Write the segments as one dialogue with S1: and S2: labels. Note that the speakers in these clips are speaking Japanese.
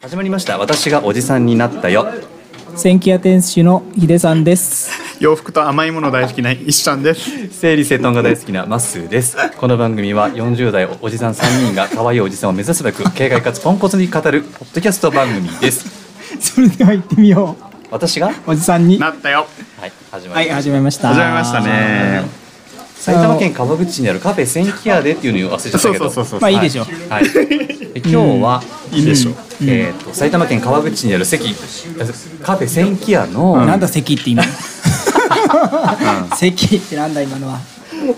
S1: 始まりました私がおじさんになったよ
S2: 千キ屋店主のヒデさんです。
S3: 洋服と甘いもの大好きな一ちゃんです。
S1: 整理整頓が大好きなまっすーですこの番組は40代おじさん3人が可愛いおじさんを目指すべく軽快かつポンコツに語るポッドキャスト番組です
S2: それでは行ってみよ
S1: 私が
S2: う。おじさんに。は
S3: なったよ。
S1: はい始ま
S2: い、
S1: りまし
S2: 始めました。
S3: 始めました。ね。
S1: た埼玉県川口市にあるカフェセンキアでっていうのを忘れちゃった
S3: そう
S1: け
S3: そ
S1: ど
S3: うそうそう。
S2: まあいいでしょう。
S1: はい、で今日は、
S3: いいでしょう。
S1: えー、と埼玉県川口市にある関カフェセンキアの、
S2: なんだ席って今。 席ってなんだ今のは。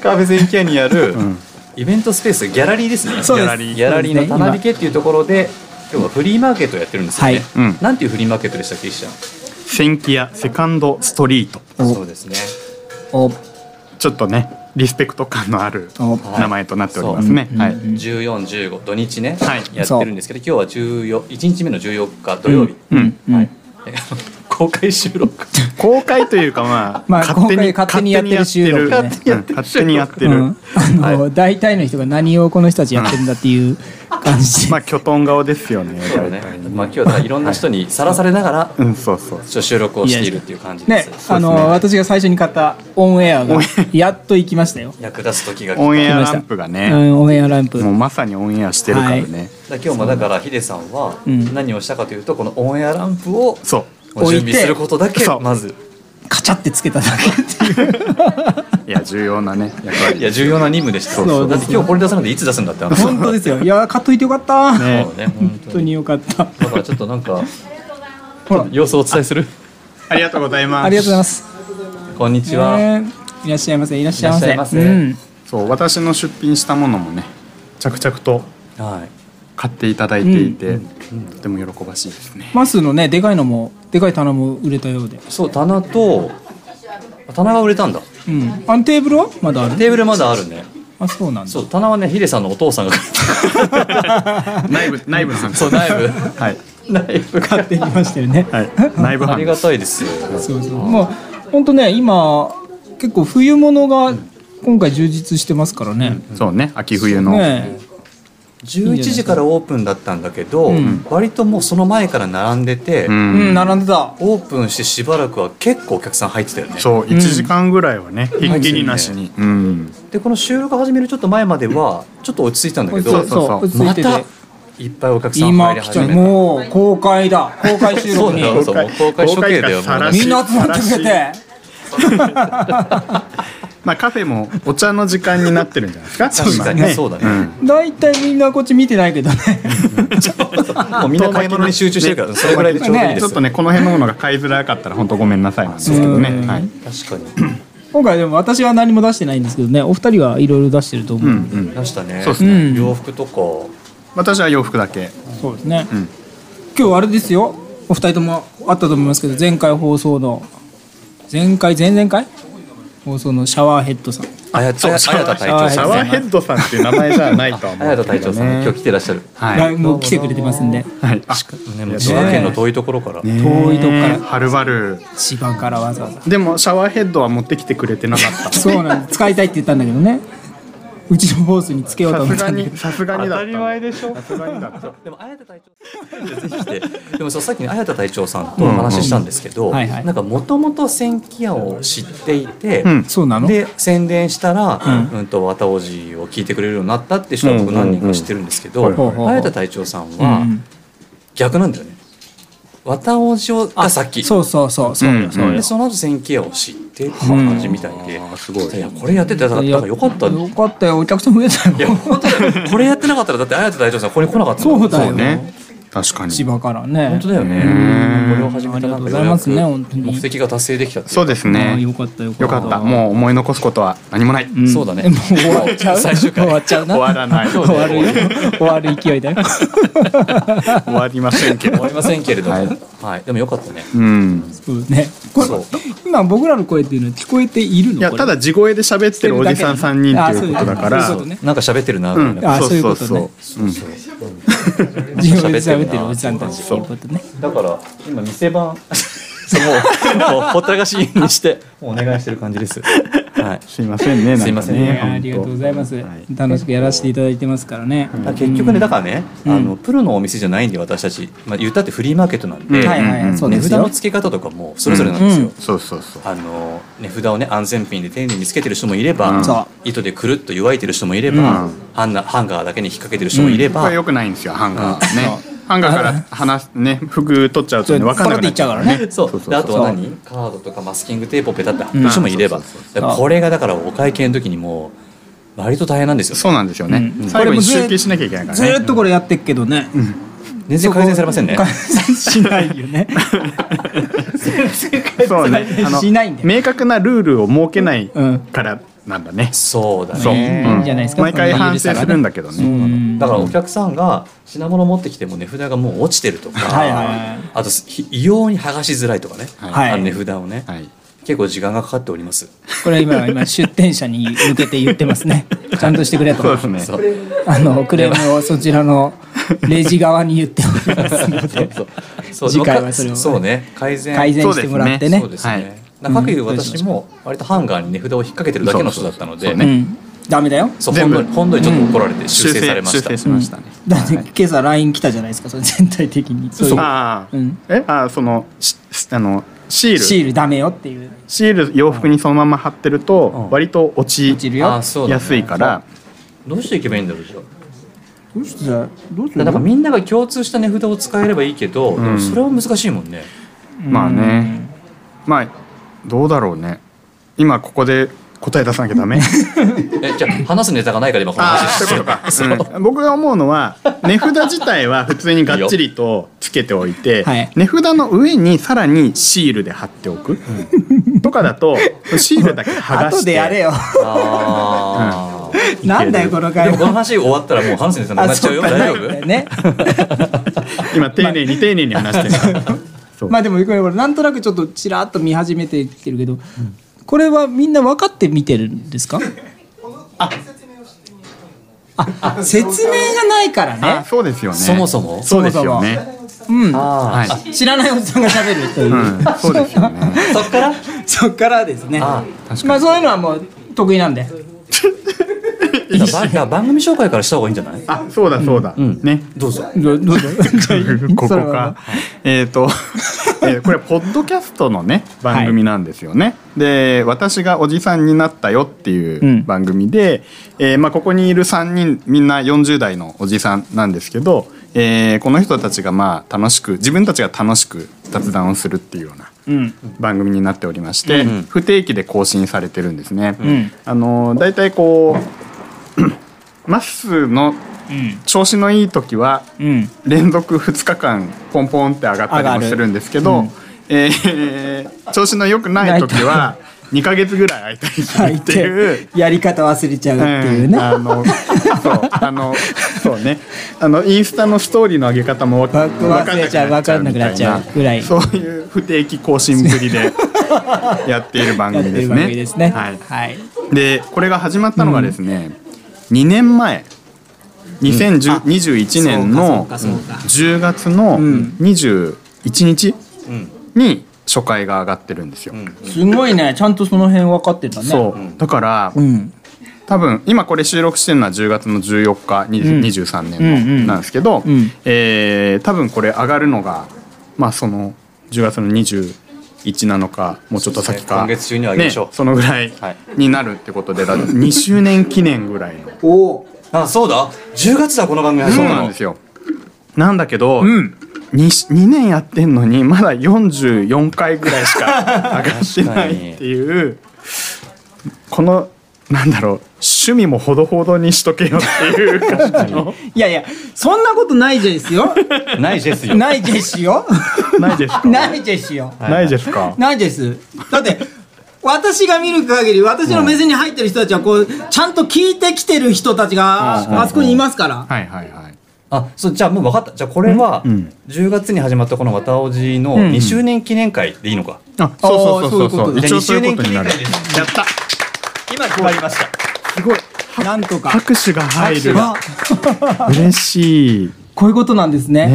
S1: カフェセンキアにある、
S3: ん
S1: イベントスペースギャラリーですね
S2: そう
S1: ギャ
S2: です
S1: ラリーギャラリーの棚引けっていうところで今日はフリーマーケットをやってるんですよね、
S2: はい
S3: うん
S1: なんていうフリーマーケットでしたっけ石ちゃん
S3: センキアセカンドストリート。
S2: お
S1: そうですね
S2: お
S3: ちょっとね、リスペクト感のある
S2: お
S3: 名前となっておりますね
S2: そ。う
S3: はい。
S1: 1415土日ね、
S3: はい
S1: やってるんですけど今日は14 1日目の14日土曜日、
S3: うん。
S2: うん
S1: はい、 公開収録
S3: 公開というかまあ、
S2: まあ公開勝手にやってる収録ね
S3: 勝手にやってるうん勝手
S2: う
S3: にやって
S2: ん。
S3: る
S2: あの、大体の人が何をこの人たちやってるんだっていう感じ。
S3: まあ、巨トン顔ですよね。
S1: そう
S3: 大
S1: ね
S3: 体、
S1: まあ、今日はいろんな人にさらされながら
S3: うん、そうそう。
S1: ちょ収録をしているっていう感じで
S2: ね
S1: す、
S2: あの、私が最初に買ったオンエア
S3: オ
S2: が
S3: ンエ
S2: やっと行きましたよ。
S1: 役立つ時が来た
S3: オンエ
S2: 来
S3: ア
S2: ました
S3: ランプが
S2: う
S3: ね、
S2: ん、オンエアランプ。
S3: もうまさにオンエアしてるからね。
S1: だから今日もだからヒデさんは
S2: うん
S1: 何をしたかというとこのオンエアランプを
S3: そう。
S1: もう準備することだけ
S3: そう
S1: まず
S2: カチャってつけただけっていう。
S3: いや、重要なね、役
S1: い
S3: 割。
S1: や重要な任務でした
S2: そう
S1: だって今日これ出さないでいつ出すんだって話
S2: 本当ですよ。いや、買っといてよかった。本
S3: ね
S1: そうね本当
S2: 当
S1: に
S2: によかった。
S1: だからちょっとなんか
S2: ほら、あり
S1: 様子をお伝えする
S3: ありがとうございます。
S2: がとうございます。
S1: こんにちは、
S2: ねいらっしゃいませいらっしゃいませ
S1: いらっしゃいませ
S2: うん、
S3: そう私の出品したものもね着々と
S1: はい
S3: 買っていただいていて、とても喜ばしいで すね
S2: マスのねでかいのもでかい棚も売れたようで、
S1: そう棚と棚が売れたんだ
S2: うん、あのテーブルはまだある
S1: テーブルまだあるね
S2: あそうなんだ
S1: そう棚はねヒデさんのお父さんが
S3: 内部内部さん
S1: そう内部
S3: はい
S1: 内部
S2: 買ってきましたよね、
S3: はい内部
S1: ありが
S3: 班
S1: たいですよ
S2: そうそうまあ本当ね今結構冬物が今回充実してますからね、
S3: そうね秋冬の、
S2: ね
S1: 11時からオープンだったんだけど、
S2: うん
S1: 割ともうその前から並んでて、
S3: うん、
S2: うん並んでた
S1: オープンしてしばらくは結構お客さん入ってたよね
S3: そう1時間ぐらいはね、ひっきりなしに、うん、
S1: でこの収録始めるちょっと前まではちょっと落ち着いてたんだけど
S3: そうそうそう
S2: 落ち着い
S1: ま
S2: てて
S1: たいっぱいお客さん入
S2: 今
S1: り
S2: 来
S1: 始
S2: ちゃ
S1: め
S2: う
S1: た
S2: もう公開だ公開収
S1: そ
S2: 録
S1: うだ
S2: に
S1: よそうもう公開処刑だよ
S3: 公開から
S1: もう
S3: 晒
S2: み
S3: し
S2: んな集まってくれて
S3: まあカフェもお茶の時間になってるんじゃないですか
S1: 確かに
S3: 今
S1: そうだね
S3: ん
S2: 大体みんなこっち見てないけどね
S1: もうみんな買い物に集中してるから、それぐらいでちょうどいいで
S3: ちょっ
S1: す、
S3: とねこの辺のものが買いづらかったら本当ごめんなさいなんですけど
S2: うん
S3: ね、はい、
S1: 確かに
S2: 今回でも私は何も出してないんですけどねお二人はいろいろ出してると思
S3: う
S2: うん
S3: うん
S2: で、
S3: ん
S1: 出したね
S3: そうっすね
S2: うん
S1: 洋服とか
S3: 私は洋服だけ
S2: そうですね、
S3: ん
S2: 今日あれですよお二人ともあったと思いますけど前回放送の前回前々回放送のシャワーヘッドさん
S1: あやあやた隊長
S2: シ
S3: シ
S1: さ
S3: ャ
S1: ん
S3: ワーヘッドさんっていう名前じゃないとは
S1: あ
S3: 思
S1: や
S3: う
S1: た隊長さん今日来てらっしゃる、
S3: はい
S2: 来もう来てくれてますんで
S3: はいあ
S1: ね、もう千葉県の遠いところから、
S2: 遠いとこから
S3: はるばる
S2: 千葉からわざわざ
S3: でもシャワーヘッドは持ってきてくれてなかった
S2: そうなんです使いたいって言ったんだけどねうちのホースにつけようと
S3: さ
S2: 思
S3: す
S2: った
S3: が
S2: んだけ
S3: に
S2: ど
S3: さすがにだった
S1: でしょ
S3: さすがにだった
S1: でも綾田隊長 ぜひ来てでもそうさっきの綾田隊長さんとお話ししたんですけど、
S2: うんはいはい
S1: なんかもともと千キ屋を知っていて、
S3: うん
S2: そうなの
S1: で宣伝したら、う、
S2: うん
S1: と綿おじを聞いてくれるようになったって人は僕何人か知ってるんですけど、
S3: うんうん
S2: うんはいはい
S1: 綾田隊長さん
S2: うん
S1: は逆なんだよね綿おじをが先
S2: そうそうそうそう、
S3: うん
S2: そう
S1: でその後千キ屋を知ってっていう感じみたいで、
S3: すごい
S1: いやこれやっててだからだからよかった
S2: よかったよお客さん増えた
S1: いや
S2: よ
S1: 本当だよこれやってなかったらだって綾田隊長さんここに来なかったもん
S2: そうだよ
S3: ね確かに
S2: 千葉からね
S1: 本当だよね。
S3: うん
S1: これを始めたなんかよう
S2: ありがとうござい
S1: や
S2: ますね本
S1: く
S2: 当に
S1: 目的が達成できたってい
S3: そうです
S2: ああ
S3: ね
S2: よかったよ
S3: よかったもう思い残すことは何もない、
S2: ん
S1: そうだね
S2: もう終わっちゃ う。
S1: 最終回
S2: 終わっちゃうな。
S3: 終わ らない
S2: 終わるよ。終わる勢い だよ。
S3: 終わりませんけ
S1: 終
S3: ど
S1: わりませんけれども、は
S3: はいい、
S1: でもよかったね。
S3: うん
S2: そうね。これ
S1: そう
S2: 今僕らの声っていうのは聞こえているの？
S3: いや
S2: これ
S3: ただ地声で喋ってるおじさん3人っていうことだか
S2: あ
S3: ら
S2: そういうことね。
S1: なんか喋ってるな、
S3: う
S1: み
S3: ん
S1: たいな
S2: あそういう
S3: そ
S2: こ
S3: う
S2: と
S3: そ
S2: ね
S3: うそううん
S2: 自分で喋ってるおじさんたちっていうことね。
S1: だから今店番そうもうもうほったらかしにしてもうお願いしてる感じです。はい
S3: すいませんね。
S1: すいませんね
S3: なか
S2: ありがとうございます、
S3: はい
S2: 楽しくやらせていただいてますからね、
S1: だから結局ねだからね、
S2: うん
S1: あのプロのお店じゃないんで私たち、まあ、言ったってフリーマーケットなん
S3: う
S1: で、
S3: ん
S2: はいはい、そう
S1: 値
S2: です
S1: 札
S2: よ
S1: の付け方とかもそれぞれなんですよ、
S2: うん
S3: そうそうそう。
S1: あの値札をね安全ピンで丁寧につけてる人もいれば、
S3: うん
S2: そ
S1: 糸でくるっと湯わいてる人もいれば、
S3: うん
S1: ハンナハンガーだけに引っ掛けてる人もいれ
S3: こ
S1: ば、
S3: れ良くないんですよ、ハン
S2: あ
S3: ガーね。ハンガーから離すね、服取っちゃうとね、
S2: そう
S3: 分かんなくなっちゃうからね。
S1: そうであとは
S2: そ
S1: 何カードとかマスキングテープをペタッて貼ってる人もいれば、
S3: うんそう
S2: うそう
S1: これがだからお会計の時にもう割と大変なんですよ
S3: そうなんですよね
S2: う。ん
S3: 最
S2: こ
S3: 後
S2: れも
S3: に
S2: ず
S3: 集計しなきゃいけないから
S2: ず
S3: ね。
S2: ーっとこれやってっけどね、
S1: 全然改善されませんね
S2: 改善しないよね
S3: そうね。あの
S2: しないんだよ
S3: 明確なルールを設けない
S2: うん
S3: からなんだね。
S1: そうだ
S3: そう。
S1: ね
S2: ねいいんじゃないですか
S3: うん毎回
S2: この
S3: 反省するんだけどね。
S2: ん
S1: だからお客さんが品物持ってきても値札がもう落ちてるとか
S2: はいはいはい
S1: あとひ異様に剥がしづらいとかね、
S3: はい
S1: あの値札をね、
S3: はい。
S1: 結構時間がかかっております
S2: これ今今出店者に向けて言ってますねちゃんとしてくれと
S3: そうですね。
S1: そう
S2: あのクレームをそちらのレジ側に言っておりますので
S1: そう
S2: 次回はそれを
S1: そうね改善
S2: 改善してもらってね
S1: そうですね、
S3: はい
S1: だから各有
S2: うん
S1: 私も割とハンガーに値札を引っ掛けてるだけの人だったので
S3: そう
S2: う
S3: そうそうそ
S2: ん、ダメだよ
S1: そう本
S3: 全部
S1: 当に本当にちょっと怒られて修正されまし
S3: 修
S1: た
S3: 正しましたね。
S2: だって今朝 LINE 来たじゃないですかそれ全体的にそういう
S3: ああ
S2: うん、
S3: え、ああ、その、しあの、シール。
S2: シールダメよっていう
S3: シール洋服にそのまま貼ってると
S1: ん
S3: 割と落ち
S2: 落ちるよ
S1: あそうだね
S3: やすいから
S1: どうしていけばいいんだろうじゃあ
S2: どうしてじゃあどうす
S1: だからみんなが共通した値札を使えればいいけど、
S3: ん
S1: でもそれは難しいもんね
S3: まあねまあどうだろうね今ここで答え出さなきゃダメ
S1: えじゃあ話すネタがないから今この
S3: あ
S1: 話
S3: あ
S1: して
S3: そうい
S1: る
S3: うことか、うん、僕が思うのは値札自体は普通にがっちりとつけておいて
S2: はい
S3: 値札の上にさらにシールで貼っておく、とかだとシールだけ剥がして
S2: 後でやれよ
S1: あー
S2: なんだよこの会
S1: でもこの
S2: 話
S1: 話終わったらもう話すネタなくな
S2: あ
S1: っちゃ
S2: そうう
S1: よ
S2: か
S1: 大丈
S2: なんだよ
S1: 夫
S2: ね
S3: 今丁寧に丁寧に話してるからそう
S2: まあでもこれなんとなくちょっとちらっと見始めてきてるけど、これはみんな分かって見てるんですかああ説明がないから
S3: あ
S2: ね、
S3: そうですよね
S1: そもそも
S3: そうですよね
S2: うん、
S1: あ
S3: はい
S2: 知らないおじさんが喋るという、
S3: うん、そうですよね。
S1: ーそっから
S2: そっからですね
S1: あ
S2: まあそういうのはもう得意なんで
S1: だからだから番組紹介からした方がいいんじゃない
S3: あ、そうだそうだ。
S1: ん
S3: ね。
S1: どうぞ
S2: どうぞ
S3: ここ
S2: それは
S3: か。えっ、と、 えーこれポッドキャストのね番組なんですよね。で、私がおじさんになったよってい
S2: ん
S3: う番組で、えーまあここにいる3人みんな40代のおじさんなんですけど、えーこの人たちがまあ楽しく自分たちが楽しく雑談をするっていうような。
S2: うん
S3: 番組になっておりまして、
S1: うんうん
S3: 不定期で更新されてるんですね。
S2: ん
S3: あのだいたいこうマッスーの
S2: うん
S3: 調子のいい時は
S2: うん
S3: 連続2日間ポンポンって上がったりもするんですけど、
S2: 上が
S3: えー調子の良くない時は2ヶ月ぐらい空いたりするっていう。
S2: やり方忘れちゃうっていう
S3: う
S2: ね、
S3: ん、あのそうあのそうねあのインスタのストーリーの上げ方もわ
S2: わ忘れちゃう
S3: わかんなくなっちゃ
S2: わかんなくなっちゃうぐ
S3: うぐ
S2: ら
S3: ら
S2: い
S3: いそういう不定期更新ぶりでやっている番
S2: やっ
S3: 組
S2: て
S3: で
S2: る
S3: す
S2: 番
S3: ね
S2: 組ですね
S3: はい、
S2: はい
S3: でこれが始まったのがですね、2年前2021年
S2: そう
S3: の
S2: かそうか
S3: 10月の21日に初回が上がってるんですよ、
S2: すごいねちゃんとその辺分かってたね
S3: そうだから、
S2: うん
S3: 多分今これ収録してるのは10月の14日20 23
S2: うんう
S3: 年
S2: ん
S3: のなんですけど、
S2: うん
S3: えー多分これ上がるのがまあその10月の21なのかもうちょっと先か、
S1: そうですね今月中には上げましょう
S3: ねそのぐらい
S1: はい
S3: になるってことで、だ2周年記念ぐらいの
S2: おお
S1: あそうだ10月だこの番組始
S3: そう
S1: まる
S3: なん
S1: の
S3: ですよ。なんだけど、
S2: うん
S3: にし 2, 年やってんのにまだ44回ぐらいし か上がってないっていうこのなんだろう趣味もほどほどにしとけよっていう感じの
S2: いやいやそんなことないですよ
S1: ないですよ
S2: ないですよ
S3: ないですか
S2: ないですよ
S1: はい
S3: ないですか
S2: ないですだって私が見る限り私の目線に入ってる人たちはこうちゃんと聞いてきてる人たち
S3: うん
S2: があそこにいますから
S3: はいはいはい
S1: あそうじゃあもう分かったじゃあこれは
S3: うん
S1: 10月に始まったこの「わたおじ」の2周年記念会でいいのか、
S3: あそうそうそうそう
S2: あーそういうこと
S3: そう
S2: だ
S3: 一応そういうことになる
S1: じゃあ2周年記念会
S3: やった
S1: 今決まりました
S3: すごい
S2: なんと か
S3: 拍手が入る
S2: あ
S3: 嬉しい
S2: こういうことなんですね
S3: ね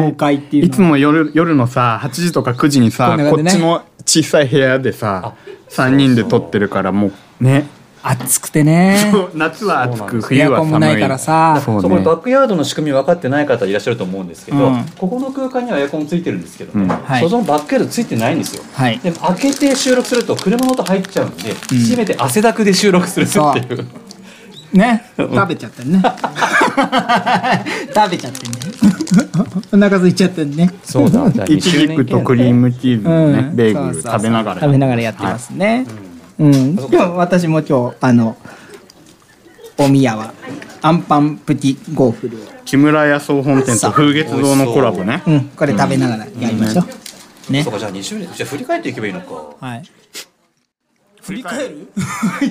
S3: え
S2: 公開っていう
S3: いつ
S2: のは
S3: も夜夜のさ8時とか9時に
S2: こ
S3: さ
S2: んな
S3: こ
S2: 感じね
S3: っちの小さい部屋でさ3人で撮ってるからもうね
S2: 暑くてね
S3: そう夏は暑く
S2: エ
S3: 冬
S2: ア
S3: は
S2: コンも
S3: 寒い
S2: ないからさ
S3: そうね
S1: そこにバックヤードの仕組み分かってない方いらっしゃると思うんですけど、
S2: うん
S1: ここの空間にはエアコンついてるんですけどね、
S3: うん
S2: はい
S1: そこのバックヤードついてないんですよ。
S2: はい
S1: でも開けて収録すると車の音入っちゃうんで、閉めて汗だくで収録するっていう
S2: ね食べちゃってる ね食べちゃってるねお腹空いちゃってるね
S1: そう だじゃあ
S3: いちじくとクリームチーズのね、
S2: うん
S3: ベーグ
S2: そう
S3: ル
S2: そうそう
S3: 食べながら
S2: 食べながらやってますね、うんでも私も今日あのお宮はアンパンプティゴーフルを、
S3: 木村屋総本店と風月堂のコラボね
S2: うん、これ食べながらやりましょう、ね
S1: そうかじゃあ2周年じゃあ振り返っていけばいいのか
S2: はい振り返る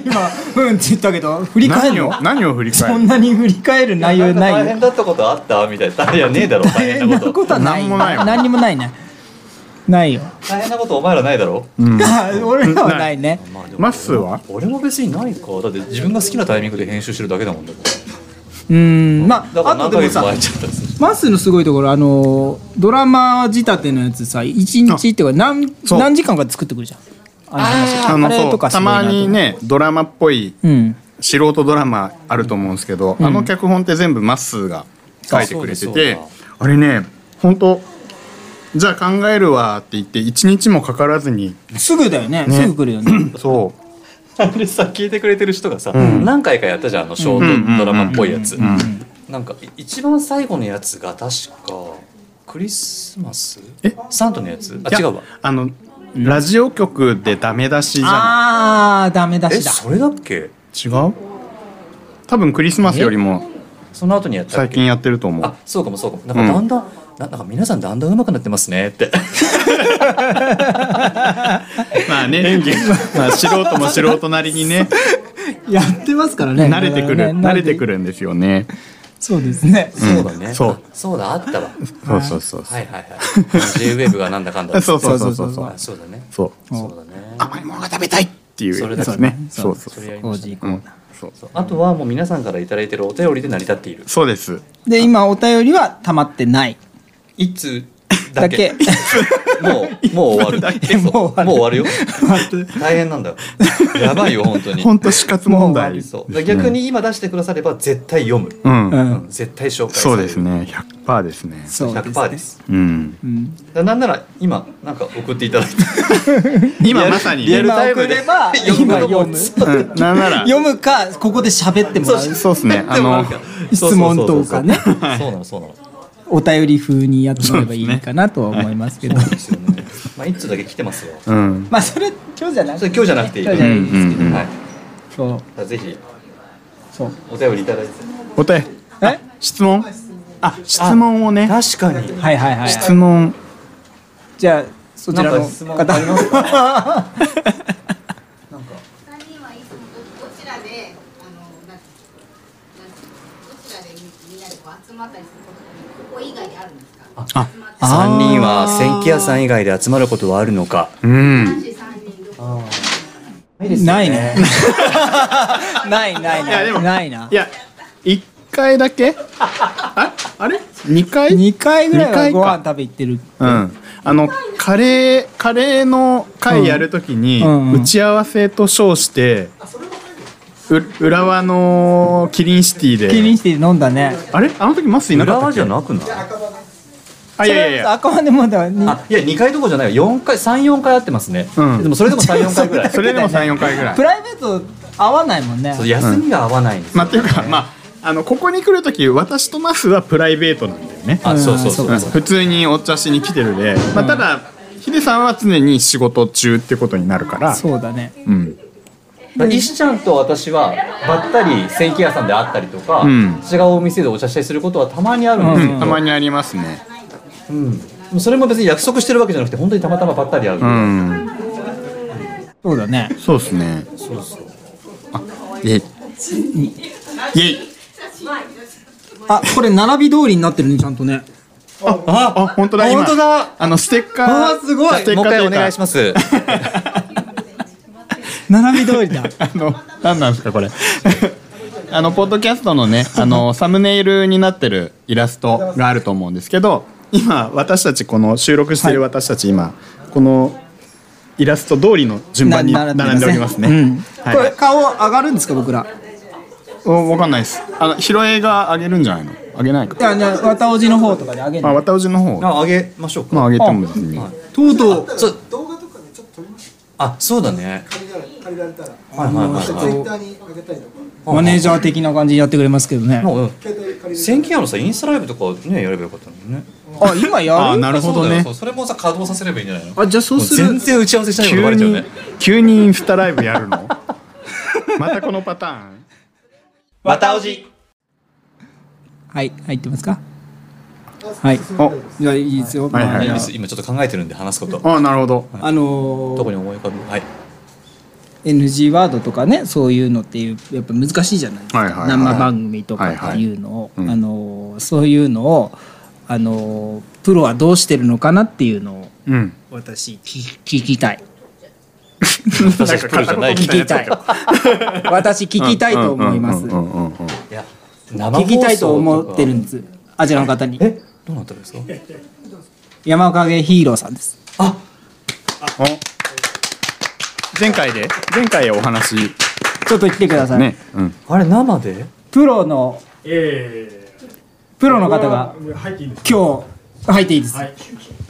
S2: 今うんって言ったけど振り返る
S3: 何
S2: の
S3: を何を振り
S2: そ
S3: 返
S2: ん
S3: る
S2: なに振り返る内容
S1: んか
S2: ない
S1: 大
S2: よ
S1: 変だったことあったみたいな。いやねえだろ、 大変なこと。
S2: はない
S3: 何もないわ
S2: 何にもないねないよ、
S1: 大変なことお前らないだろ。
S2: 俺らはないね
S1: まあでも
S3: まっすーは
S1: 俺も別にないか。だって自分が好きなタイミングで編集してるだけだもんだから。
S2: うんま
S1: だ
S2: あ
S1: から何
S2: あとで
S1: ヶ
S2: も
S1: 月
S2: さ
S1: も空いちゃったりする。
S2: マッスーのすごいところあのドラマ仕立てのやつさ一日っていうか何
S3: そう
S2: 何時間か作ってくるじゃんあの話
S3: あの
S2: れ
S3: そう
S2: とかす
S3: た
S2: ごいな
S3: ま
S2: と
S3: にねドラマっぽい
S2: うん
S3: 素人ドラマあると思うんですけど、あの脚本って全部まっすーが書いてくれて
S1: そうで
S3: て
S1: すそう
S3: あれね本当じゃあ考えるわって言って一日もかからずに
S2: すぐだよね
S3: ね
S2: すぐ来るよね
S3: そ
S1: あれさ聞いてくれてる人がさ、
S3: ん
S1: 何回かやったじゃんあのショ
S3: うんうんう
S1: ー
S3: ん
S1: トドラマっぽいやつ、
S3: う、うん、
S1: なんかい一番最後のやつが確かクリスマス
S3: え
S1: サンタのやつあ
S3: いや
S1: 違うわ
S3: あのラジオ局でダメ出しじゃ
S2: あーダメ出
S1: え
S2: しだ
S1: それだっけ
S3: ない違う多分クリスマスよりも
S1: その後にやったっ
S3: 最
S1: け
S3: 近やってると思う
S1: あそうかもそうかもなんかだんだん、ななんか皆さんだんだん上手くなってますねって
S3: まあね まあ素人も素人なりにね
S2: やってますからね
S3: 慣れてくる
S2: ね
S3: 慣れてくるんですよね
S2: そうですね
S1: そうだね
S3: そう
S1: あそうだあった わ
S3: そうそうそう
S1: はいはいはい JWAVE がなんだかんだ
S3: そうそうそう
S2: そ
S3: そう
S2: そうそ
S3: うそうう
S1: あそうだね
S3: そう
S1: そうだね
S3: 甘いものが食べたいっていう
S1: それだけ
S3: やつね
S2: そ
S3: そうう
S2: だね
S3: そう
S1: そ
S3: そ
S1: れやりま
S2: 工
S1: した
S2: 事
S1: ね
S2: コーナー
S3: う
S1: そうあとはもう皆さんから頂いてるお便りで成り立っている
S3: そうです
S2: で今お便りは溜まってない
S1: いつ
S2: だ
S1: だ
S2: け
S1: け もうもう終わるそ
S2: け
S1: う
S2: もう終わる
S1: もう終わるよ大変なんだよやばいよ本当に
S3: 本当死活問
S2: も
S3: 題
S1: そうだから逆に今出してくだされば絶対読む、
S3: うん、
S2: う
S1: うんん絶対紹介され
S3: そ
S1: る
S3: うですね100%ですね
S2: そうです
S1: 100%
S2: ね
S1: です
S3: うん
S2: うん
S1: だからなんなら今なんか送っていただいて
S3: 今まさに
S1: リア
S3: ね
S1: ルタイムで
S2: 今送れば
S1: 読むのも
S2: 今読む
S1: そ
S3: うんなんなら
S2: 読むかここで喋ってもらう
S1: う
S3: そうですねあの
S2: 質問とかね
S1: そうそうそうそうそうなのそうなの
S2: お便り風にやってもらえばいいかなとは思いますけど、
S1: ですよねまあ一通だけ来てますよ
S3: うん
S2: まあそれ今日じゃなく
S1: そ
S2: て
S1: れ今日じゃなくていい
S2: 今日じゃないですけど、
S3: うん
S1: はい
S2: そう
S1: だからぜひ
S2: そう
S1: お便りいただいて
S3: 答え
S2: え
S3: 質問あ質問をね
S1: 確かに
S2: はいはいはい
S3: 質問
S2: じゃあそちら
S1: なん
S2: の
S1: か質問あります
S2: 方
S4: 三人はいつもどどちらであのなんてなんてどちらでみみんなでこう集まったりすることってここ以外にあるんですか？
S3: あ
S4: 集まったり
S1: 3人は千家屋さん以外で集まることはあるのか
S3: うん
S4: 男子三人どこ
S2: ない ねないない
S3: いや
S2: な
S3: で
S2: い
S3: も
S2: ないない
S3: や1回だけああれ2回
S2: 2回ぐらいは
S3: 二回か
S2: ご飯食べ行ってる
S3: うん、あのカレーカレーの会やるときに、
S2: うんうんうん
S3: 打ち合わせと称して、う浦和のキリンシティで
S2: キリンシティで飲んだね
S3: あれあの時マスいな
S1: 浦
S3: かった
S1: 和
S3: っけ
S1: じゃなくない
S3: あいやいやいや
S2: 赤羽でもだに
S1: あいや2回どころじゃないよ4回34回会ってますね、
S3: うん
S1: でもそれでも34回ぐらい
S3: それでも34 回ぐらい
S2: プライベート合わないもんね
S1: そう休みが合わないんです
S3: まあ
S1: よ、
S3: っていうかまああのここに来るとき私とマスはプライベートなんだよね、
S1: あそうそうそう
S3: うん普通にお茶しに来てるで、まあ、ただヒデさんは常に仕事中ってことになるから
S2: そうだね
S3: うん
S1: だから石ちゃんと私はばったり千家屋さんで会ったりとか、
S3: うん
S1: 違うお店でお茶したりすることはたまにあるんで
S3: う
S1: す
S3: ん、たまにありますね
S1: けど、うんでもそれも別に約束してるわけじゃなくて本当にたまたまばったり会う、
S3: うん
S2: そうだね
S3: そうですね。そうそう。あ、イェイ。イェイ。
S2: あこれ並び通りになってるねちゃんとね
S3: あ、あ、あ本当だ。今
S1: 本当だ。
S3: あのステッカー。
S2: あすごい
S3: ステッ
S1: も
S3: カ
S1: う一
S3: ー。
S1: 回お願いしますす
S2: 並び通りだ
S3: あの、なんなんですかこれ。あのポッドキャストのね、あのサムネイルになってるイラストがあると思うんですけど、今私たちこの収録してる私たち今このイラスト通りの順番に並んでおりますね。
S2: うん
S3: はい
S2: これ顔上がるんですか僕ら
S3: おわかんないです。あの、広江があげるんじゃないのあげない
S2: い
S3: か。
S2: やじゃあ綿おじの方とかであげる
S3: まあ、綿おじの方、
S1: ああげましょうか、
S3: まあ、あげても別に。
S2: とうとう
S1: そう動画とかねちょっと撮りましあそうだね借りられたらはいはいはい、はい、
S2: マネージャー的な感じでやってくれますけどね
S1: なんか千金屋のさインスタライブとかねやればよかったのにね
S2: あ今や
S3: あ、
S2: る
S3: なるほど
S1: そうだよ
S3: ね
S1: そ。うそれもさ稼働させればいいんじゃないの
S3: あ、じゃあそう
S1: もう全然打ち合わせしないことバ
S3: 急
S1: レちゃう
S3: に
S1: ね、
S3: 急にインスタライブやるの またこのパターン
S1: またおじ
S2: はい入ってますかはい
S3: お
S2: じゃあいいですよ、
S3: はいはい
S2: まあ
S1: 大丈夫です今ちょっと考えてるんで話すこと
S3: あ、なるほど。
S2: あの
S1: どこ
S2: ー、
S1: に思い浮かぶはい
S2: NG ワードとかねそういうのっていうやっぱ難しいじゃないですか、
S3: はいはいはい
S2: 生番組とかっていうのを、
S3: はいはい
S2: あのーそういうのをあのープロはどうしてるのかなっていうのを
S3: うん。
S2: 私聞き聞きたい
S1: 私はプロじゃないけ
S2: 聞
S1: ど
S2: きたい 私聞きたいと思います
S3: うんうんうんうんうん
S1: いや生
S2: 聞きたいと思ってるん
S1: で
S2: ですあちらの方に
S1: えどうなったんですか
S2: 山影ヒーローさんです
S1: あ
S3: お前回で前回お話
S2: ちょっと来てください、
S3: ね、うん、
S1: あれ生で
S2: プロの
S5: ええ
S2: プロの方が
S5: 入っていいんですか
S2: 今日入っていいです、
S5: はい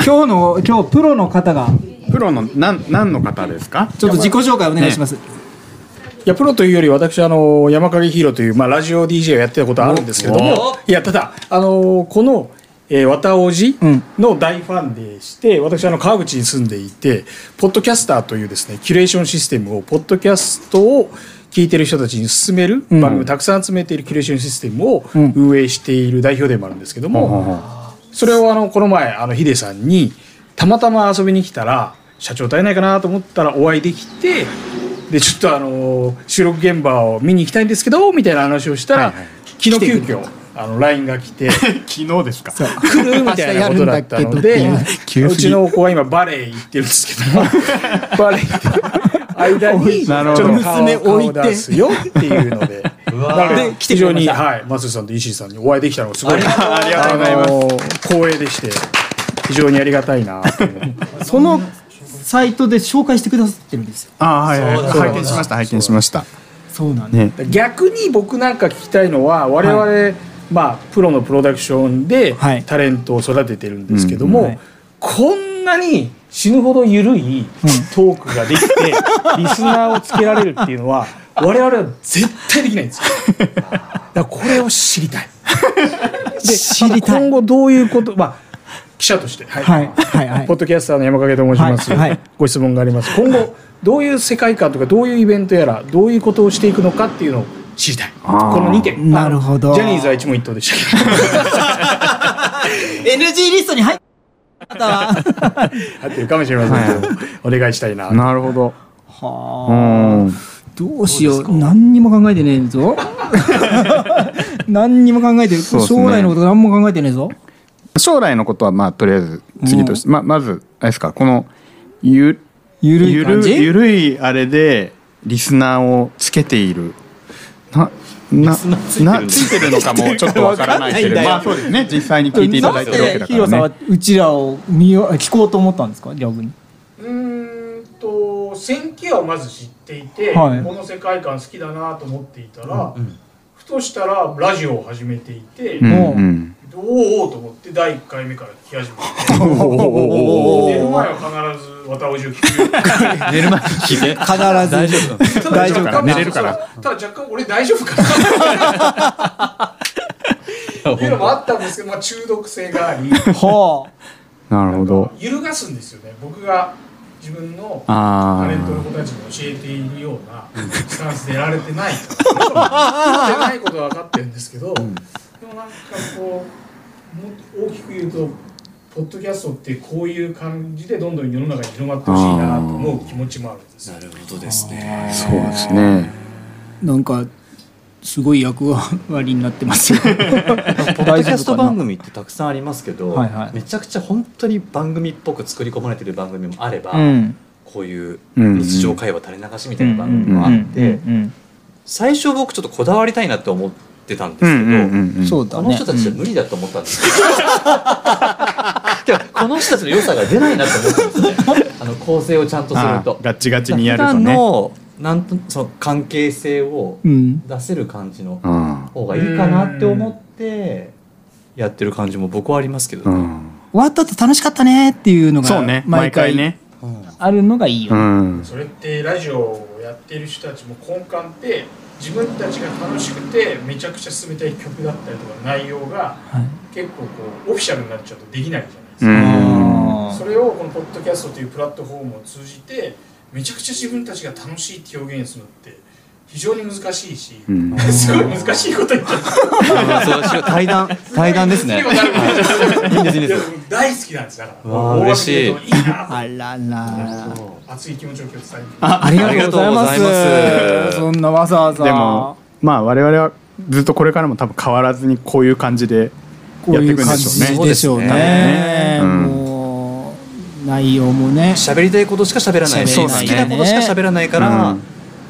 S2: 今日の今日プロの方が
S3: プロのなん何の方ですか
S2: ちょっと自己紹介お願いします、
S5: いやプロというより私あの山影ヒーローという、まあ、ラジオ DJ をやってたことはあるんですけれどもいやただあのこの、えー、綿おじ
S2: うん
S5: の大ファンでして、私あの川口に住んでいてポッドキャスターというですねキュレーションシステムをポッドキャストを聞いてる人たちに勧める
S2: ん
S5: 番組をたくさん集めているキュレーションシステムを
S2: うん
S5: 運営している代表でもあるんですけども、それをあのこの前あのヒデさんにたまたま遊びに来たら社長足りないかなと思ったらお会いできてでちょっとあの収録現場を見に行きたいんですけどみたいな話をしたら、
S3: はいはい
S5: 昨日急遽あの LINE が来 て
S3: 昨日ですか
S5: 来るみたいなことだったのでうちの子は今バレエ行ってるんですけど バレエ行ってる間にち
S3: なる
S5: ょっ
S3: ほど
S5: と娘置いてすよっていうので
S1: うわ
S5: なの
S1: ー
S5: で非常に、はい、松井さんと石井さんにお会いできたのがすごい
S3: ありがとうございます
S5: す。光栄でして、非常にありがたいなと思って。
S2: そのサイトで紹介してくださってるんですよ
S3: あはいはい
S1: そうだ
S3: 拝見しました拝見しました
S2: そうなん
S3: ね
S5: 逆に僕なんか聞きたいのは、我々、まあ、プロのプロダクションで
S2: はい
S5: タレントを育ててるんですけど
S2: う
S5: も、
S2: んはい
S5: こんなに死ぬほど緩いトークができて、リスナーをつけられるっていうのは、我々は絶対できないんですよ。だからこれを知りたい。で、
S2: 知りたい
S5: 今後どういうこと、まあ、記者として、は
S2: はいはいはい
S5: ポッドキャスターの山影と申します、
S2: はいはい
S5: ご質問があります。今後、どういう世界観とか、どういうイベントやら、どういうことをしていくのかっていうのを知りたい。こ
S3: あー
S5: の2点。
S2: なるほど
S5: ジャニーズは一問一答でしたけ
S2: NG リストに入ったは
S5: ど、入ってるかもしれませんけど、お願いしたいな。
S3: なるほどう
S2: あ
S3: ん
S2: どうしよう何にも考えてねえ ぞ何にも考えてる、
S3: そうっすね
S2: 将来のこと何も考えてねえぞ
S3: 将来のことはまあとりあえず次として、まあまずあれですかこのゆ
S2: ゆるい
S3: ゆ
S2: 感
S3: る
S2: じ
S3: ゆるいあれでリスナーをつけているなな
S1: スナー
S3: なついてるのかもちょっとわからないけれどまあそうですね実際に聞いていただいてるわけ
S2: なんで
S3: だか
S2: ヒロさん
S3: ら
S2: は
S3: ね
S2: うちらを見よう聞こうと思ったんですか 逆に
S5: うーんと千キアをまず知っていて、
S2: はい
S5: この世界観好きだなと思っていたら、ふとしたらラジオを始めていて、
S3: う
S5: どうん
S3: うん
S5: おおと思って第1回目から聞き始め
S3: おお
S5: て寝る前は必ず綿おじを聞くように
S3: 寝る前に聞いて
S2: 必ず大丈夫
S5: ただ
S2: 大丈夫
S3: か寝れるから
S5: そうただ若干俺大丈夫かな っていうのもあったんですけど、まあ、中毒性 があり
S2: は
S3: なるほど
S5: 揺るがすんですよね僕が自分の
S3: あー
S5: タレントの子たちに教えているようなスタンスでやられ てないからやってないことは分かってるんですけど、でもなんかこうもっと大きく言うとポッドキャストってこういう感じでどんどん世の中に広まってほしいなと思う気持ちもあるんですよ
S1: なるほどですね
S3: そうですね
S2: あなんかすごい役割になって ますよポッ
S1: ポッドキャスト番組ってたくさんありますけど、
S2: はいはい
S1: めちゃくちゃ本当に番組っぽく作り込まれてる番組もあれば、
S2: うん
S1: こういう
S3: うん
S1: 日常会話垂れ流しみたいな番組もあって、
S2: うん
S1: 最初僕ちょっとこだわりたいなと思ってたんですけ
S3: う
S1: ど、
S3: んうんうんうん
S2: そう
S1: こ
S2: だ
S1: の
S2: ね
S1: 人たちは無理だと思ったんですけど、 でもこの人たちの良さが出ないなと思って ですねあの構成をちゃんとする
S3: あ
S1: と
S3: ーガッチガチにやると
S1: 普段
S3: ね。
S1: のなんとその関係性を
S2: うん
S1: 出せる感じの
S3: うん
S1: 方がいいかなって思ってやってる感じも僕はありますけど、
S3: うん
S2: 終わった後楽しかったねっていうのが
S3: そうね毎回ね。
S2: あるのがいいよ、
S3: うん
S5: それってラジオをやってる人たちも根幹って自分たちが楽しくてめちゃくちゃ進めたい曲だったりとか内容が
S2: はい
S5: 結構こうオフィシャルになっちゃうとできないじゃないで
S3: う
S5: すか、
S3: ん
S2: あ
S5: そ
S2: ー
S5: れをこのポッドキャストというプラットフォームを通じてめちゃくちゃ自分たちが楽しいって表現するのって非常に難しいし、
S3: うん
S5: すごい難しいこと言っちゃった
S1: あー そうしよう対談対談ですね
S5: すごい難しいこと言っちゃった
S1: いいんですいいん
S5: い
S1: で
S5: や
S1: す
S5: 僕大好きなんですだから
S1: うわー嬉しい
S5: 大垣君といいな
S2: あらら
S5: 熱い気持ちを今日伝えて
S2: あありがとうございます
S1: ありがとうございます
S2: そんなわざわざ
S3: でもまあ我々はずっとこれからも多分変わらずにこういう感じで
S2: こういう感
S3: やって
S2: じ
S1: く
S3: い
S1: ん
S2: で
S1: で
S2: し
S1: し
S2: ょ
S1: ょ
S2: う
S1: う
S2: ね
S1: ね
S3: うん
S2: もう内容もね
S1: 喋りたいことしか喋らない
S2: 喋
S3: らない
S1: 好
S3: ね
S1: きなことしか喋らないから、
S3: うん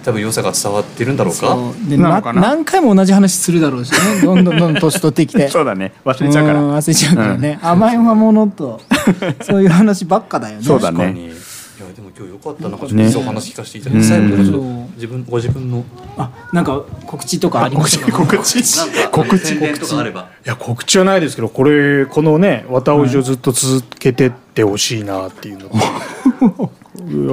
S1: 多分良さが伝わってるんだろうか
S2: そうで
S3: な
S2: な
S3: のかな
S2: 何回も同じ話するだろうしね どんどんどんどん年取ってきて
S3: そうだね忘れちゃうから
S2: ん忘れちゃうからね、甘いもの とそういう話ばっかだよね
S3: そうだ
S1: 確か
S3: ね
S1: にいやでも今日良かったなんかちょっと
S3: ね
S1: いいお話聞かせていただいて、最後にちょっと
S2: うん
S1: 自分ご自分の
S2: あなんか告知とかありま
S3: 告
S2: す
S3: 知
S2: か
S3: 告知告知
S1: 宣伝とかあれば
S5: いや告知はないですけどこれこのね綿おじをずっと続けてってほしいなっていうのと、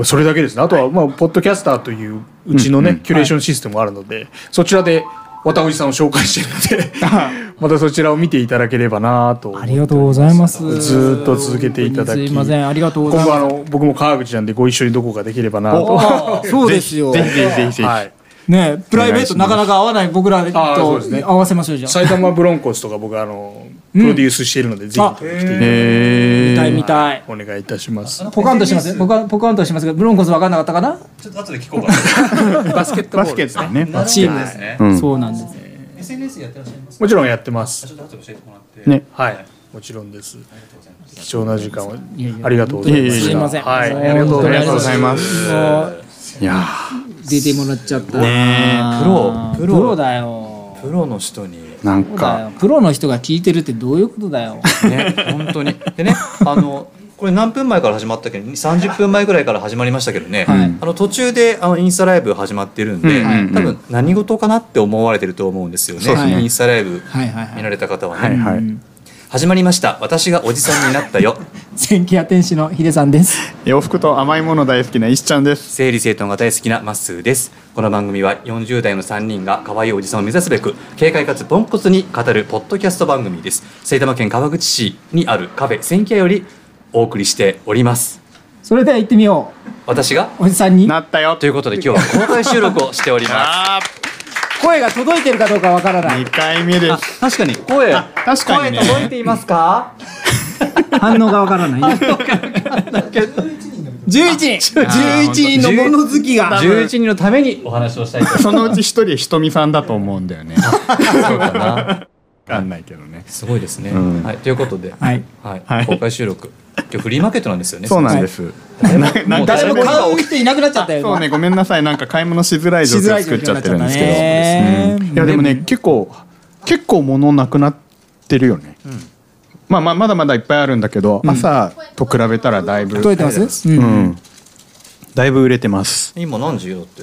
S5: それだけですねあとは、まあ、ポッドキャスターといううちのね、キュレーションシステムがあるので、そちらで綿おじさんを紹介してるので またそちらを見ていただければなと
S2: ありがとうございます
S5: ずーっと続けていただ
S2: 本
S5: き
S2: 当にすいませんありがとうござ
S5: 今
S2: い
S5: 後
S2: ま
S5: あ
S2: す
S5: の僕も川口なんでご一緒にどこかできればなと。
S2: あーそうですよ
S3: ぜひぜひぜひぜひ
S5: はい
S2: ねプライベートなかなか合わない僕ら
S5: あーそう
S2: と
S5: ですね
S2: 合わせましょうじゃあ
S5: 埼玉ブロンコスとか僕あのプロデュースしているので、ぜひ
S2: あ
S5: 来ていただき
S2: 見
S3: え
S2: たい見たい
S5: お願いいたします。
S2: ポカンとしますポカンポカンとしますけどブロンコス分かんなかったかな
S1: ちょっと後で聞こうか
S5: バスケット
S3: バスケットだね
S1: な
S2: チームです
S1: ね
S3: うん
S2: そうなんです。
S1: SNS やってらっしゃいます
S5: もちろんやってます。
S1: ちょっと後で教えてもらって
S3: ね
S5: はい、もちろんです。貴重な時間をありがとうござ
S3: い
S5: い
S3: えい
S5: ま
S3: え
S5: す。
S2: すいません。
S5: はい、
S2: も
S5: ありがとうございます。
S3: ざいます
S2: もう
S3: いや
S2: 出てもらっちゃった。
S3: ね
S1: えプロ
S2: プ
S1: プ
S2: ロ
S1: ロ
S2: だよ。
S1: プロの人に
S3: ーなん
S2: そうだよ
S3: か。
S2: プロの人が聞いてるってどういうことだよ。
S1: ね本当にでねあのこれ何分前から始まったっけ30分前ぐらいから始まりましたけどね、
S2: はい
S1: あの途中であのインスタライブ始まってるんで、
S3: うんうんうん
S1: 多分何事かなって思われてると思うんですよね
S3: そうです
S2: ね
S1: インスタライブ
S2: はいはいはい。
S1: 見られた方はね、
S3: はいはい。
S1: 始まりました私がおじさんになったよ
S2: 千家屋天使のヒデさんです。
S3: 洋服と甘いもの大好きな石ちゃんです。
S1: 整理整頓が大好きなまっすーですこの番組は40代の3人が可愛いおじさんを目指すべく軽快かつポンコツに語るポッドキャスト番組です埼玉県川口市にあるカフェ千家よりお送りしております
S2: それでは行ってみよ
S1: 私が
S2: う。おじさんに
S3: なったよ。
S1: ということで今日は公開収録をしておりま
S3: あ
S2: 声が届いてるかどうかわからな
S3: ー、二
S2: い。
S3: 回目です。
S1: す確かに声
S3: 確かにね
S1: 声届いていますか
S2: 反応がわからない。十一人。十一人のもの好きが。
S1: 11人のためにお話をしたいと思い
S3: そのうち一人ひとみさんだと思うんだよね。わ
S1: ます
S3: かんないけどね。
S1: すごいですね、
S3: うん
S1: はい、ということで、
S2: はい。
S1: はい
S3: はい
S1: 公開収録今日フリーマーケットなんですよね
S3: そうなんです。な
S1: も
S3: な
S1: う
S2: 誰
S3: 誰
S2: も
S3: も
S1: 買
S2: 買う人いなくなっちゃったよ。
S3: そうね、ごめんなさい。なんか買い物しづらい
S2: しづ
S3: 状
S2: ら
S3: 況
S2: い状
S3: 作
S2: 況
S3: っ
S2: に
S3: ちゃ
S2: なっ
S3: って
S2: ちゃ
S3: る
S2: っ
S3: ん
S2: た
S3: ですけど。
S2: ね。
S3: いやでもね結構結構物なくなってるよね、まあまあまだまだいっぱいあるんだけど、朝と比べたらだいぶ
S2: 届いてます？う。
S3: うんんだいぶ売れてます
S1: 今何時よだって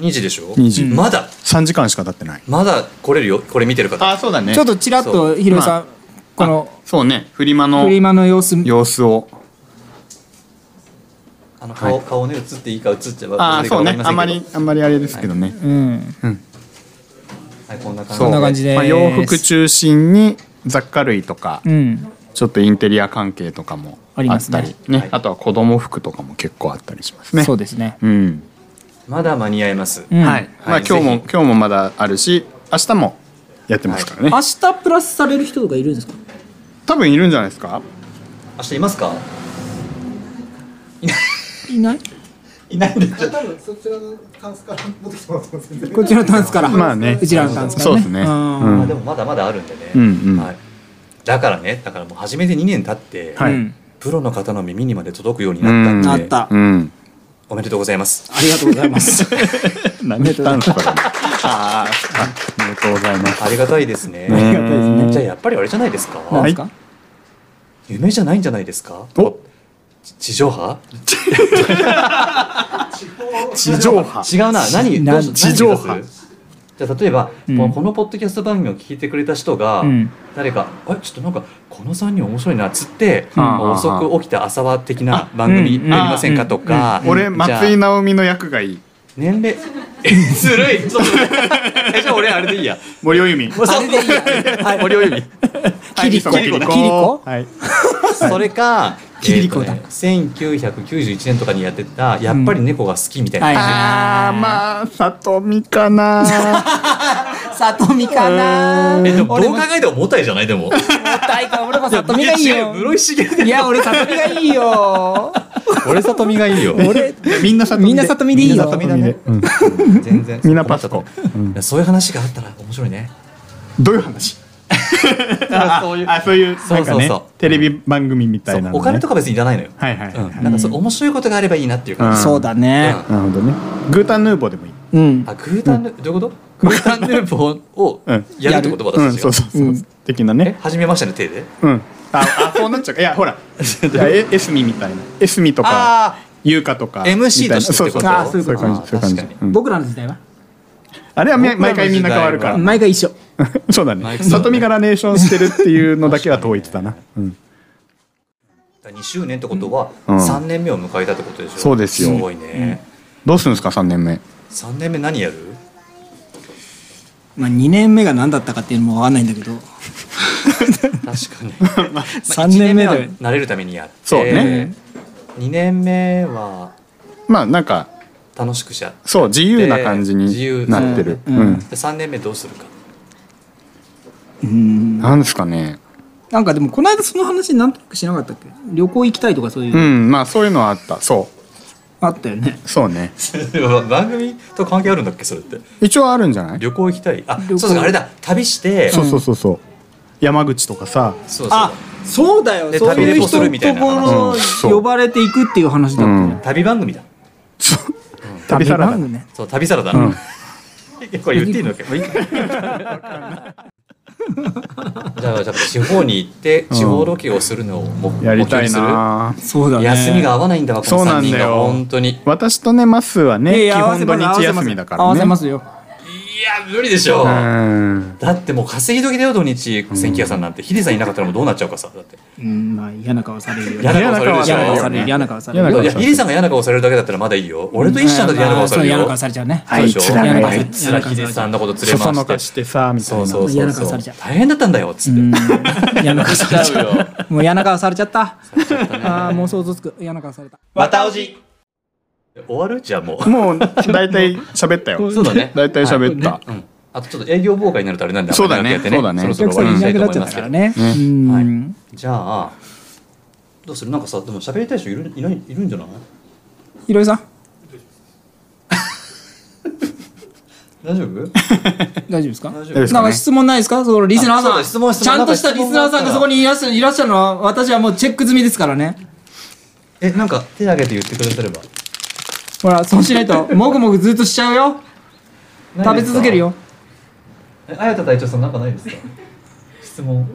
S1: 2時でしょ
S3: 2時
S1: まだ
S3: 3時間しか経ってない
S1: まだ来れるよこれ見てる方
S3: あそうだね
S2: ちょっとちらっとひろいさん、この
S3: そうねフリマの
S2: フリマの様子
S3: 様子を
S1: あの顔,、顔ね映っていいか映っちゃ
S3: あ
S1: 映っていいか
S3: そ
S1: 分
S3: う
S1: か
S3: ね
S1: りま
S3: あ
S1: せんけ
S3: んま
S1: ど
S3: りあんまりあれですけどね、
S2: うん
S1: はい、こんな感じ
S3: そ
S2: こん
S3: う
S2: な感じです
S3: まあ、洋服中心に雑貨類とか、
S2: うん
S3: ちょっとインテリア関係とかも
S2: あり
S3: あ
S2: ま
S3: っ
S2: すね
S3: たりね
S1: はい
S3: あとは子供服とかも結構あったりしますね
S2: そうですね
S3: うん
S1: まだ間に合います、
S2: うん
S3: はい、まあ、
S1: はい
S3: 今日も
S1: ぜ
S3: 今日もまだあるし明日もやってますからね、
S2: 明日プラスされる人とかいるんですか
S3: 多分いるんじゃないですか
S1: 明日いますか
S2: いない
S1: いないんでちょっと
S6: 多分そちらのタンスから持ってきてもらってますんで
S2: こっちのタンスから
S3: まあね
S2: うちらのタンスからね
S3: そうですね
S2: ん
S3: うん
S1: まあでもまだまだあるんでね、
S3: うんうん
S1: はい、だからねだからもう初めて2年経って、
S3: はい
S2: うん
S1: プロの方の耳にまで届くようになった
S2: なんっ
S1: で、
S2: た
S3: うん
S1: おめでとうございます
S2: ありがとうございます
S3: 何言ったんですかこれあーあおめでとうございます
S1: ありがたいですね
S3: ねありがたいですね
S1: じゃあやっぱりあれじゃないですか、
S2: なん
S3: い
S2: ですか
S1: 夢じゃないんじゃないですか
S3: お
S1: ち地上波
S3: 地上波
S1: 違うな何
S2: な
S1: どうし
S3: 地上波
S1: 何目指すじゃあ例えば、
S2: うん
S1: このこのポッドキャスト番組を聞いてくれた人が、
S2: うん
S1: 誰か「あちょっとなんかこの3人面白いな」っつって、
S3: うん
S1: 遅く起きた朝は的な番組
S2: う
S1: あ
S2: ん
S1: りませんかとか、
S3: 俺
S1: じゃあ
S3: 松井直美の役がいい
S1: 年齢ずるいちょっと えじゃあ俺あれでいいや
S3: 森尾由美
S1: あれでいいやはい森尾由美
S3: キリコ
S1: キリコ
S2: ね
S3: はい
S1: それか、
S2: キリコだ
S1: えーとね1991年とかにやってた「やっぱり猫が好き」みたいな、
S2: はい
S3: あーまあ里見かな
S2: 里見かな
S1: えでも
S2: 俺
S1: どう
S2: も
S1: 考えても重たいじゃないでも
S2: 重たいから俺も里見がいい
S1: や違
S2: よ
S1: う室井茂で
S2: いや俺里見がいいよ
S1: 俺里見がいいよ
S2: 俺
S3: みんな里見
S2: みんな里見でいいよ
S3: みんな里見でうん
S1: 全然
S3: みんなパスコ
S1: いやそういう話があったら面白いね
S3: どうい う話あそういうあそういう
S1: そうそうそう
S3: なんかねテレビ番組みたいなの
S1: そ
S3: ね
S1: うお金とか別にいらないのよ、
S3: はいはいは
S1: うん
S3: い、
S1: なんかそう面白いことがあればいいなっていう感じ、
S2: そうだね
S1: うん
S3: なるほどねグータンヌーボーでもいい
S2: うん
S1: あグータンヌ、どういうことグータンヌーボーを
S3: うん
S1: やるってこと私
S3: う
S1: た
S3: ん
S1: ち
S3: そ
S1: が
S3: うそうそう、
S2: うん
S3: 的な
S1: え
S3: ね
S1: 始めましたね手で
S3: うんああそうなっちゃうかいや ほらいやえエスミみたいなエスミとか
S1: あ
S3: 優香とか
S1: MC としてってこと
S3: みたいなそうそうそういう感
S1: あー
S3: じそういう感
S1: 確
S3: じ
S1: かに
S3: うん
S2: 僕らの時代は
S3: あれはめ
S1: 僕らの
S3: 毎回みんな変わるか
S1: 時代
S2: 毎回一緒
S3: らそうだね
S1: 毎 回そうだね
S3: 里見がラネーションしてるっていうのだけは統一だな、うん、
S1: あ2周年ってことは
S3: うん
S1: 3年目を迎えたってことでしょ、
S3: そうですよ
S1: すごいね、
S3: どうするんですか3年目
S1: 三3年目何やる
S2: まあ2年目が何だったかっていうのもわかんないんだけど
S1: 確かに
S2: 3年目
S1: は
S2: で
S1: 慣れるためにやって
S3: そうね
S1: 2年目は
S3: まあなんか
S1: 楽しくしゃ
S3: そう自由な感じ
S1: 自由
S3: になってる、
S2: う
S3: うんん
S1: で3年目どうする か
S2: うん
S3: なんですかね
S2: なんかでもこの間その話なんとなくしなかったっけ旅行行きたいとかそういう、
S3: うんまあそういうのはあったそ
S2: あったよね
S3: うそうね
S1: 番組と関係あるんだっけそれって
S3: 一応あるんじゃない
S1: 旅行行きたいあ
S2: 行
S1: そうそうあれだ旅して
S3: そう
S1: そう
S3: そうそうそう山口とかさ
S1: そう
S2: あそうだよ
S1: で
S2: そうい
S1: 旅
S2: う
S1: 行す
S2: 人
S1: る
S2: の
S1: みた
S2: と
S1: いな
S2: こ
S1: 話
S2: ろ
S3: うんそう
S2: 呼ばれていくっていう話だったよね、
S3: うん
S1: 旅番組だ
S3: そう旅サラダ
S2: 番組ね
S1: そう旅サラダ、
S3: う
S1: の
S3: ん
S1: これ言って いいのかもういいかじゃあじゃあ地方に行って地方ロケをするのを目,、
S3: やりた
S1: に
S3: い
S1: する
S3: な
S2: そうだね
S1: 休みが合わないんだわこ
S3: そ
S1: の
S3: うな
S1: 3
S3: ん
S1: 人
S3: だ
S1: が
S3: よ
S1: 本当にい
S3: 私とねマスはね
S2: い
S3: 基
S2: や
S3: 本土日
S2: 合わせます
S3: 休みだから
S2: 合
S3: ね
S2: わせますよ
S1: や無理でしょう、
S3: うん
S1: だってもう稼ぎ時だよ土日千木屋さんなんてヒデさんいなかったらもうどうなっちゃうかさだって
S2: うんまあ嫌な顔されるよ
S1: 嫌な顔されるでしょ
S2: 嫌な顔される嫌な顔され
S3: 嫌嫌な
S2: る
S1: い
S3: 顔
S1: やヒデさんが嫌な顔されるだけだったらまだいいよ俺と一緒だと嫌な顔される
S2: うんまあそう嫌な
S1: よ
S2: 顔されちゃうね
S1: そうでしょ
S3: あいつら
S1: あ
S3: ね
S1: いつらヒデさんのこと連れ
S3: そその
S1: 回
S3: か
S1: し
S3: しててさみたい
S1: そ
S3: な
S1: うそう
S2: 嫌
S1: そう
S2: な顔
S1: そ
S2: さ
S1: う
S2: れちゃう
S1: 大変だったんだよっつ
S2: う
S1: って
S2: ん嫌な顔されちゃ
S1: ちゃうよ
S2: うもう嫌な顔されちゃったああもう想像つく嫌な顔された
S1: またおじ終わるじゃあもう
S3: もう大体喋ったよ
S1: そうだね
S3: 大体喋った、
S1: うんあとちょっと営業妨害になるとあれなんで
S3: そうだね
S1: あんまり
S3: そうだね
S1: やってそろ
S2: お客
S1: そ
S2: さ
S1: ろ終わ
S2: ん
S1: りに
S2: い
S1: したと思い
S2: ないくなっちゃっ
S1: ますけど
S2: たからねう
S1: はい
S2: ん
S1: じゃあどうするなんかさでも喋りたい人いるいないいるんじゃない
S2: ひろいさん
S1: 大丈 夫
S2: 大丈夫ですか
S1: 大丈
S3: 夫です
S2: な
S3: かね
S2: んか質問ないですかそのリスナー
S1: あそう
S2: さん
S1: だ質問質問
S2: ちゃんとしたリスナーさんがそこにいらっしゃいらっしゃるのは私はもうチェック済みですからね
S1: えなんか手挙げて言ってくれてれば
S2: ほらそうしないともぐもぐずっとしちゃうよ食べ続けるよ
S1: え綾田隊長さんなんかない ですか質問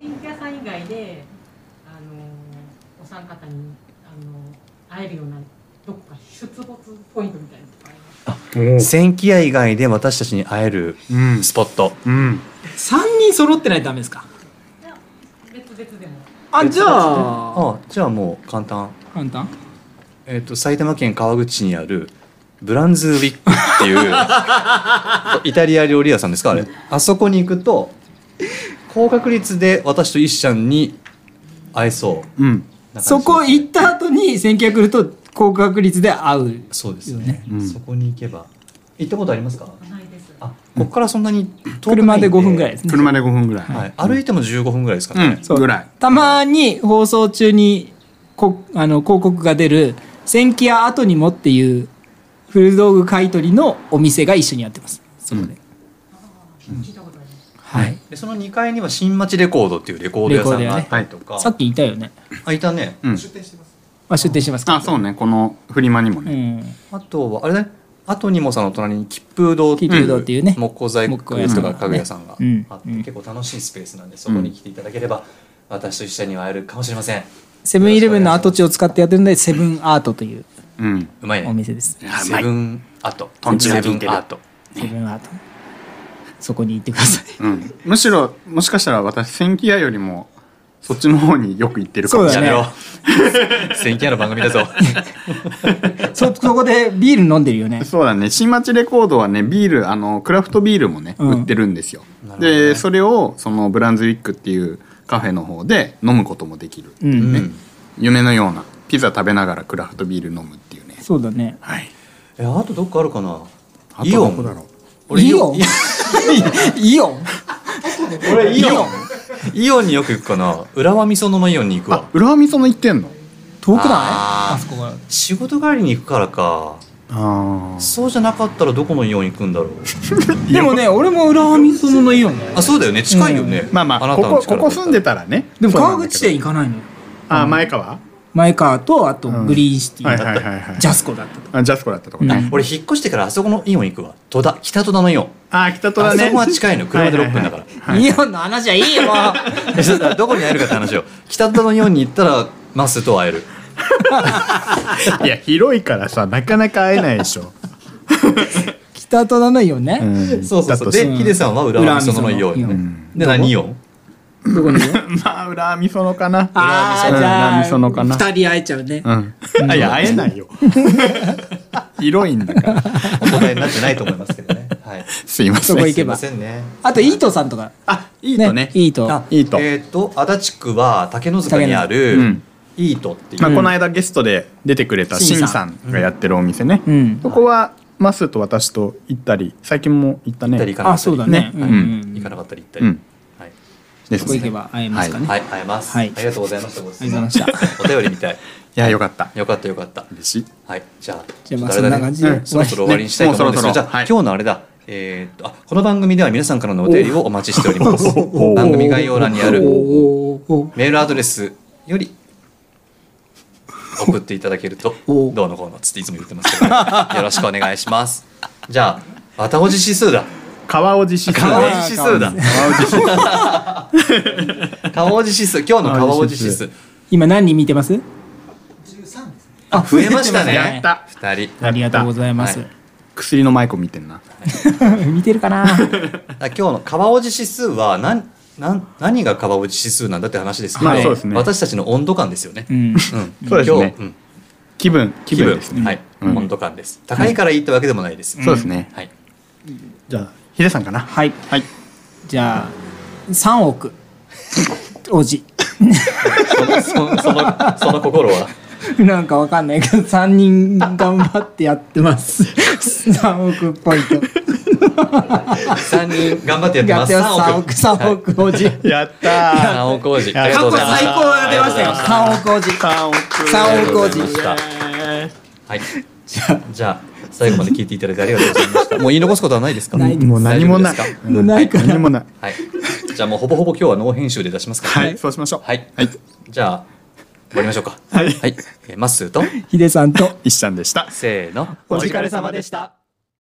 S7: 電気屋さん以外で、あのお三方に、あの会えるような、どこか出没ポイントみたいなのとかありますか。
S1: 千木屋以外で私たちに会える
S3: うん
S1: スポット
S3: うん
S2: 3人揃ってないとダメですか
S7: いや別々でも。
S2: あじゃあ
S1: あじゃあもう簡単
S2: 簡単
S1: えっ、と埼玉県川口市にあるブランズウィックっていう イタリア料理屋さんですかあれあそこに行くと高確率で私と一ちゃんに会えそう
S3: うん
S1: な感じ
S2: そこ行った後に先客来ると高確率で会う
S1: そうです
S2: よ
S1: ね
S2: ね、
S3: うん
S1: そこに行けば行ったことありますか
S7: ないです。
S1: あここからそんなに遠くな
S2: 車
S1: いん
S2: で5分ぐらいですね
S3: 車で5分ぐらい、
S1: はい、歩いても15分ぐらいですか
S3: うん
S1: ね、
S2: そう
S3: ぐらい
S2: たまに放送中にこあの広告が出る「千キ屋後にも」っていう古道具買い取りのお店が一緒にやってますそこで、
S7: 聞いたことあります。
S2: はい
S1: でその2階には新町レコードっていうレコード屋さんがあったりとか、
S2: さっきいたよね、
S1: あいたね
S3: うん
S2: まあ、出店してますか
S3: あそうねこのフリマにも
S2: う
S3: ね、
S2: ん
S1: あとはあれだね後にもその隣に吉風堂って
S2: 吉風堂って
S1: い
S2: いう
S1: う
S2: ね
S1: 木工細工ですとか家具屋さんが
S2: うん
S1: あっ
S2: う
S1: て
S2: ん
S1: 結構楽しいスペースなんでそこに来ていただければ私と一緒には会えるかもしれません
S2: セブンイレブンの跡地を使ってやってるのでセブンアートという
S3: うん
S1: うまい
S2: お
S1: ね
S2: 店です
S3: うまい
S1: セブンアート
S3: トンチが
S1: セ
S3: 効
S1: ブン
S3: いてる
S1: アート
S2: セブンアートそこに行ってください
S3: うん、むしろもしかしたら私千木屋よりもそっちの方によく行ってるかもし
S2: そ
S3: れ
S2: う
S1: や
S2: だね
S1: めろ 千金屋の番組だぞ
S2: そそこでビール飲んでるよね
S3: ないそうだね新町レコードはねビールあのクラフトビールもね、
S2: うん
S3: 売ってるんですよ
S1: なるほどね
S3: でそれをそのブランズウィックっていうカフェの方で飲むこともできる、
S2: う、
S1: うんん
S3: 夢のようなピザ食べながらクラフトビール飲むっていうね
S2: そうだね
S3: はい
S1: えあとどっかあるかな
S3: あと
S1: イ
S3: ど
S1: オ
S3: こだ
S1: ン
S3: ろう
S1: 俺
S2: イオンイオン
S1: 俺イ
S2: イ
S1: オ
S2: オン
S1: ンイオンによく行くかな浦和美園のイオンに行く
S3: あ
S1: わ
S3: 浦和美園行ってんの
S2: 遠くない
S1: あー
S2: あそこが
S1: 仕事帰りに行くからか
S3: ああ
S1: そうじゃなかったらどこのイオン行くんだろう
S2: でもね俺も浦和美園のイオンだよ
S1: あそうだよね近いよね、
S3: まあまあ
S1: なた
S3: こ
S1: の
S3: こ
S1: 力
S3: ここ住んでたらね
S2: でも
S3: そうな
S2: 川
S3: んだけ
S2: 口
S3: ど
S2: 店行かないのよ
S3: あ前川
S2: 前川とあとグリーンシティだった、
S3: はいはいはいはい
S2: ジャスコだったと
S3: あジャスコだったとこね、
S2: うん
S1: 俺引っ越してからあそこのイオン行くわ戸田北戸田のイオン
S3: あ北戸だね
S1: あそこは近いの車で6分だから
S2: イオンの話はいいよもう
S1: えそうだどこに会えるかって話を北戸田のイオンに行ったらマスと会える
S3: いや広いからさなかなか会えないでしょ、
S2: 北戸田のイオンね、
S3: ん
S1: そうそうそう
S3: だとし
S1: でヒデさんは浦和美園のイオン
S2: 浦和美園のイオン
S1: うんで何イオン
S2: どこにいる
S3: まあ裏みそのかな
S2: あ
S3: う
S2: あ
S3: ん
S2: じゃあ
S3: 南美園かな
S2: 二人会えちゃうね、
S3: うんあいや会えないよ 広いんだから
S1: お答えになってないと思いますけどね はい
S3: すいませ
S2: そ
S3: ん
S2: こ行
S1: す
S2: け
S1: いま
S2: ば
S1: せんね
S2: あとイートさんとか
S3: あいいとね
S2: イート
S1: あ
S3: いいと
S1: えっ、と足立区は竹の塚にあ
S3: う
S1: る
S3: ん
S1: イートっていう、
S3: まあ、この間ゲストで出てくれた
S2: シ
S3: シ
S2: ン
S3: ン
S2: さ
S3: さ
S2: ん
S3: んがやってるお店ね、
S2: うん
S3: そこはマスと私と行ったり最近も行ったね
S1: 行ったり行かなか
S2: あ
S1: った
S2: そう
S1: り
S2: だね
S3: ね
S2: うんうん
S1: 行かなかったり行った
S3: う
S1: り、
S3: ん
S1: はい
S3: で
S2: そ
S3: す
S2: こ
S3: ね
S2: 行け
S3: い
S2: ば会えますかね、
S1: はい、会えます、
S2: はい
S1: ありがとうございました。ご質
S2: ありがとう
S1: 問
S2: ございま
S1: お便りみたい。
S3: やよかった
S1: よかったよかった。
S3: 嬉しい
S1: はい、じゃあ、
S2: じゃあまあ
S1: ちょっとれだ
S2: そんな感じで
S1: ね、そろそろ終わりにしたいと思うんですけど、
S3: ね
S1: じゃ
S3: もうそろそろ
S1: あ、
S3: はい
S1: 今日のあれだ。えーっとあこの番組では皆さんからのお便りをお待ちしております
S3: おお
S1: 番組概要欄にある
S2: おーおー
S1: メールアドレスより送っていただけると
S2: お
S1: どうのこうのつっていつも言ってますけど よろしくお願いしますじゃあわたおじ指数だ
S3: 川尾寺市
S1: 川尾寺指数だ川尾寺指数今日の川尾寺指数
S2: 今何人見てます
S6: 13ですね。
S1: あ増えましたね
S3: やった
S1: 二人
S2: ありがとうございます、
S1: は
S3: 薬の舞子見てんな
S2: 見てるかな
S1: あ今日の川尾寺指数は何何何が川尾寺指数なんだって話ですけど、
S3: まあそうですね
S1: 私たちの温度感ですよね。
S2: う
S1: うん
S2: ん
S3: そうですね
S1: 今日ん
S3: 気分気分ですね
S1: はい、
S3: うん
S1: 温度感です。高いからいいってわけでもないです。
S3: そうですね
S1: はい。
S3: じゃあヒデさんかな
S2: はい
S3: はい
S2: じゃあ3億おじ
S1: そのそのそのその心は
S2: なんかわかんないけど3人頑張ってやってます3億ポイント
S1: 三人頑張ってやって
S2: や
S1: ま
S2: っ
S1: す。
S2: てます3億3億おじ
S3: やったー
S1: 三億王子。
S3: 過去
S2: 過去最高が出ましたよ
S1: 三
S2: 3億おじ
S3: 三億
S2: 三億おじ
S1: はい。じゃあじゃあ最後まで聞いていただいてありがとうございました。 もう言い残すことはないですか。
S2: ないです
S3: もう何もな
S1: 大
S3: い
S1: 丈夫ですか
S2: もうないから
S3: 何もない
S1: はい。じゃあもうほぼほぼ今日はノー編集で出しますから、
S3: は
S1: ね。
S3: いそうしましょう
S1: はい。
S3: はい
S1: じゃあ終わりましょうか。
S3: はい
S1: はい。えーまっすーと
S2: ヒデさんと
S3: 一ちゃんでした
S1: せーの。
S2: お疲れ様でした